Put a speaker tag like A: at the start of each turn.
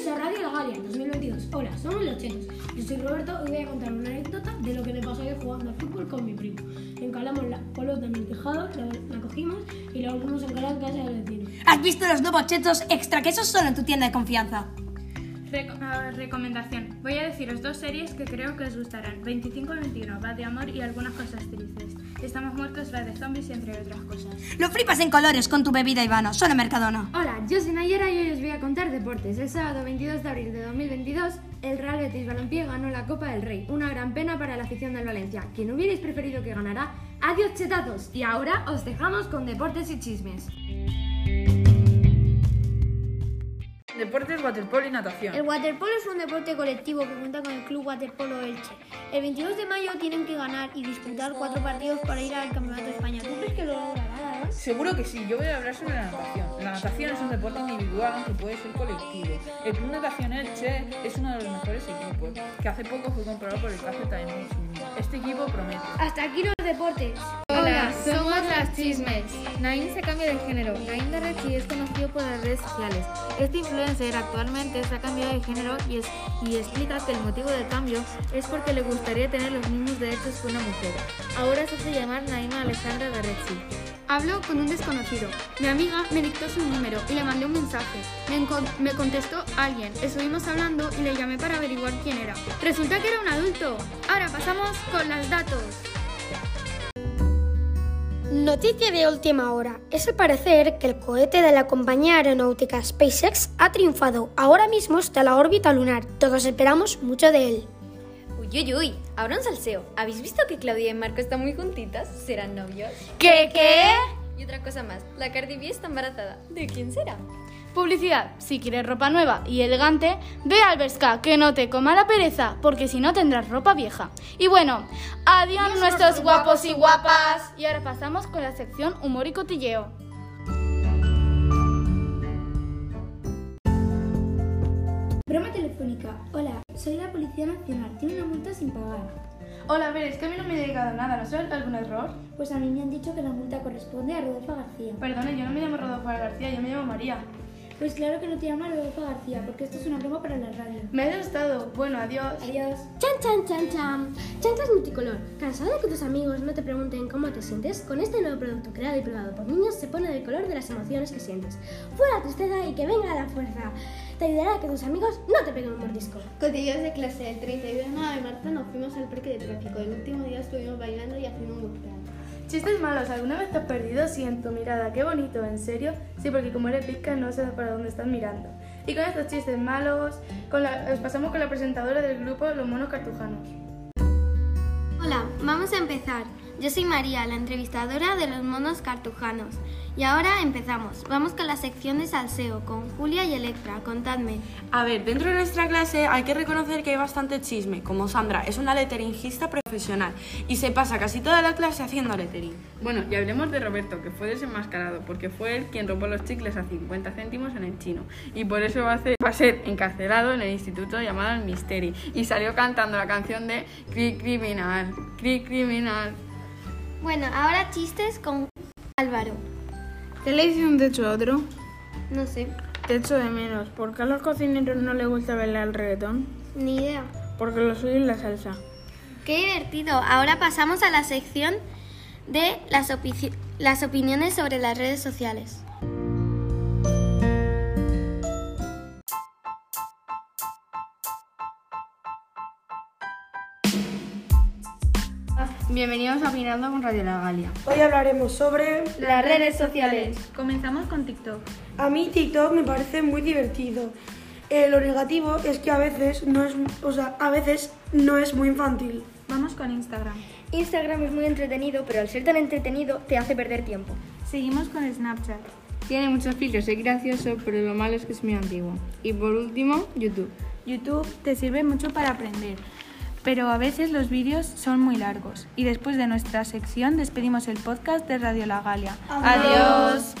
A: a Radio La Galia en 2022. Hola, somos los Chetos. Yo soy Roberto y voy a contar una anécdota de lo que me pasó ayer jugando al fútbol con mi primo. Encalamos la pelota en el tejado, la, la cogimos y la volvimos a encalar en casa del vecino.
B: ¿Has visto los nuevos chetos extra quesos solo en tu tienda de confianza?
C: Reco- ah, recomendación. Voy a deciros dos series que creo que os gustarán. 25 y 21, va de amor y algunas cosas tristes. Estamos muertos, va de zombies, entre otras cosas.
B: Lo flipas en colores con tu bebida Ivano, solo en Mercadona.
D: Hola, yo soy Nayera y hoy os voy a contar deportes. El sábado 22 de abril de 2022, el Real Betis Balompié ganó la Copa del Rey. Una gran pena para la afición del Valencia. Quien hubierais preferido que ganara, adiós chetazos. Y ahora os dejamos con deportes y chismes.
E: Deportes, waterpolo y natación.
F: El waterpolo es un deporte colectivo que cuenta con el Club Waterpolo Elche. El 22 de mayo tienen que ganar y disputar cuatro partidos para ir al Campeonato de España. ¿Tú crees que lo lograrán?
E: Seguro que sí, yo voy a hablar sobre la natación. La natación es un deporte individual, aunque puede ser colectivo. El Club Natación Elche es uno de los mejores equipos, que hace poco fue comprado por el Café Time Este equipo promete.
F: Hasta aquí los deportes.
G: Hola, somos las chismes. Nain se cambia de género. Nain Darrechi es conocido por las redes sociales. Este influencer actualmente se ha cambiado de género y, es- y explica que el motivo del cambio es porque le gustaría tener los mismos derechos que una mujer. Ahora se hace llamar Naima Alejandra Darrechi.
H: Hablo con un desconocido. Mi amiga me dictó su número y le mandé un mensaje. Me, encon- me contestó alguien. Estuvimos hablando y le llamé para averiguar quién era. Resulta que era un adulto. Ahora pasamos con los datos.
I: Noticia de última hora. Es al parecer que el cohete de la compañía aeronáutica SpaceX ha triunfado. Ahora mismo está en la órbita lunar. Todos esperamos mucho de él.
J: Uy, uy, uy, ahora un salseo. ¿Habéis visto que Claudia y Marco están muy juntitas? ¿Serán novios?
G: ¿Qué, qué?
J: Y otra cosa más, la Cardi B está embarazada. ¿De quién será?
H: Publicidad. Si quieres ropa nueva y elegante, ve al Bershka, que no te coma la pereza, porque si no tendrás ropa vieja. Y bueno, adiós nuestros guapos y guapas. Y ahora pasamos con la sección humor y cotilleo.
I: Broma telefónica. Hola, soy la Policía Nacional. Tiene una multa sin pagar.
C: Hola, a ver, es que a mí no me he dedicado nada. ¿No soy algún error?
I: Pues a mí me han dicho que la multa corresponde a Rodolfo García.
C: Perdone, yo no me llamo Rodolfo García, yo me llamo María.
I: Pues claro que no te llama Rodolfo García, porque esto es una broma para la radio.
C: Me he asustado. Bueno, adiós.
I: Adiós.
F: Chan, chan, chan, chan. Chanclas multicolor. ¿Cansado de que tus amigos no te pregunten cómo te sientes? Con este nuevo producto creado y probado por niños se pone del color de las emociones que sientes. Fuera la tristeza y que venga la fuerza. Te ayudará a que tus amigos no te peguen un mordisco.
G: Cotillos de clase. El 31 de marzo nos fuimos al parque de tráfico. El último día estuvimos bailando y haciendo un buceo.
C: Chistes malos, ¿alguna vez te has perdido? Sí, en tu mirada, qué bonito, ¿en serio? Sí, porque como eres pizca no sé para dónde estás mirando. Y con estos chistes malos, con la- os pasamos con la presentadora del grupo Los Monos Cartujanos.
G: Hola, vamos a empezar. Yo soy María, la entrevistadora de los monos cartujanos. Y ahora empezamos. Vamos con la sección de salseo E con Julia y Electra. Contadme.
K: A ver, dentro de nuestra clase hay que reconocer que hay bastante chisme, como Sandra, es una letteringista profesional y se pasa casi toda la clase haciendo lettering.
E: Bueno, y hablemos de Roberto, que fue desenmascarado, porque fue él quien robó los chicles a 50 céntimos en el chino. Y por eso va a, ser, va a ser encarcelado en el instituto llamado El Misteri. Y salió cantando la canción de Cri Criminal, Cri Criminal.
G: Bueno, ahora chistes con Álvaro.
C: ¿Qué le dice un techo a otro?
G: No sé,
C: Te echo de menos. ¿Por qué a los cocineros no les gusta bailar el reggaetón?
G: ni idea.
C: Porque lo suyo es la salsa.
G: Qué divertido. Ahora pasamos a la sección de las, opi- las opiniones sobre las redes sociales.
C: Bienvenidos a Opinando con Radio La Galia.
H: Hoy hablaremos sobre...
C: Las redes sociales. Comenzamos con TikTok.
H: A mí TikTok me parece muy divertido. Eh, lo negativo es que a veces no es, o sea, a veces no es muy infantil.
C: Vamos con Instagram.
F: Instagram es muy entretenido, pero al ser tan entretenido te hace perder tiempo.
C: Seguimos con Snapchat.
E: Tiene muchos filtros, es gracioso, pero lo malo es que es muy antiguo. Y por último, YouTube.
C: YouTube te sirve mucho para aprender, pero a veces los vídeos son muy largos. Y después de nuestra sección despedimos el podcast de Radio La Galia. Adiós.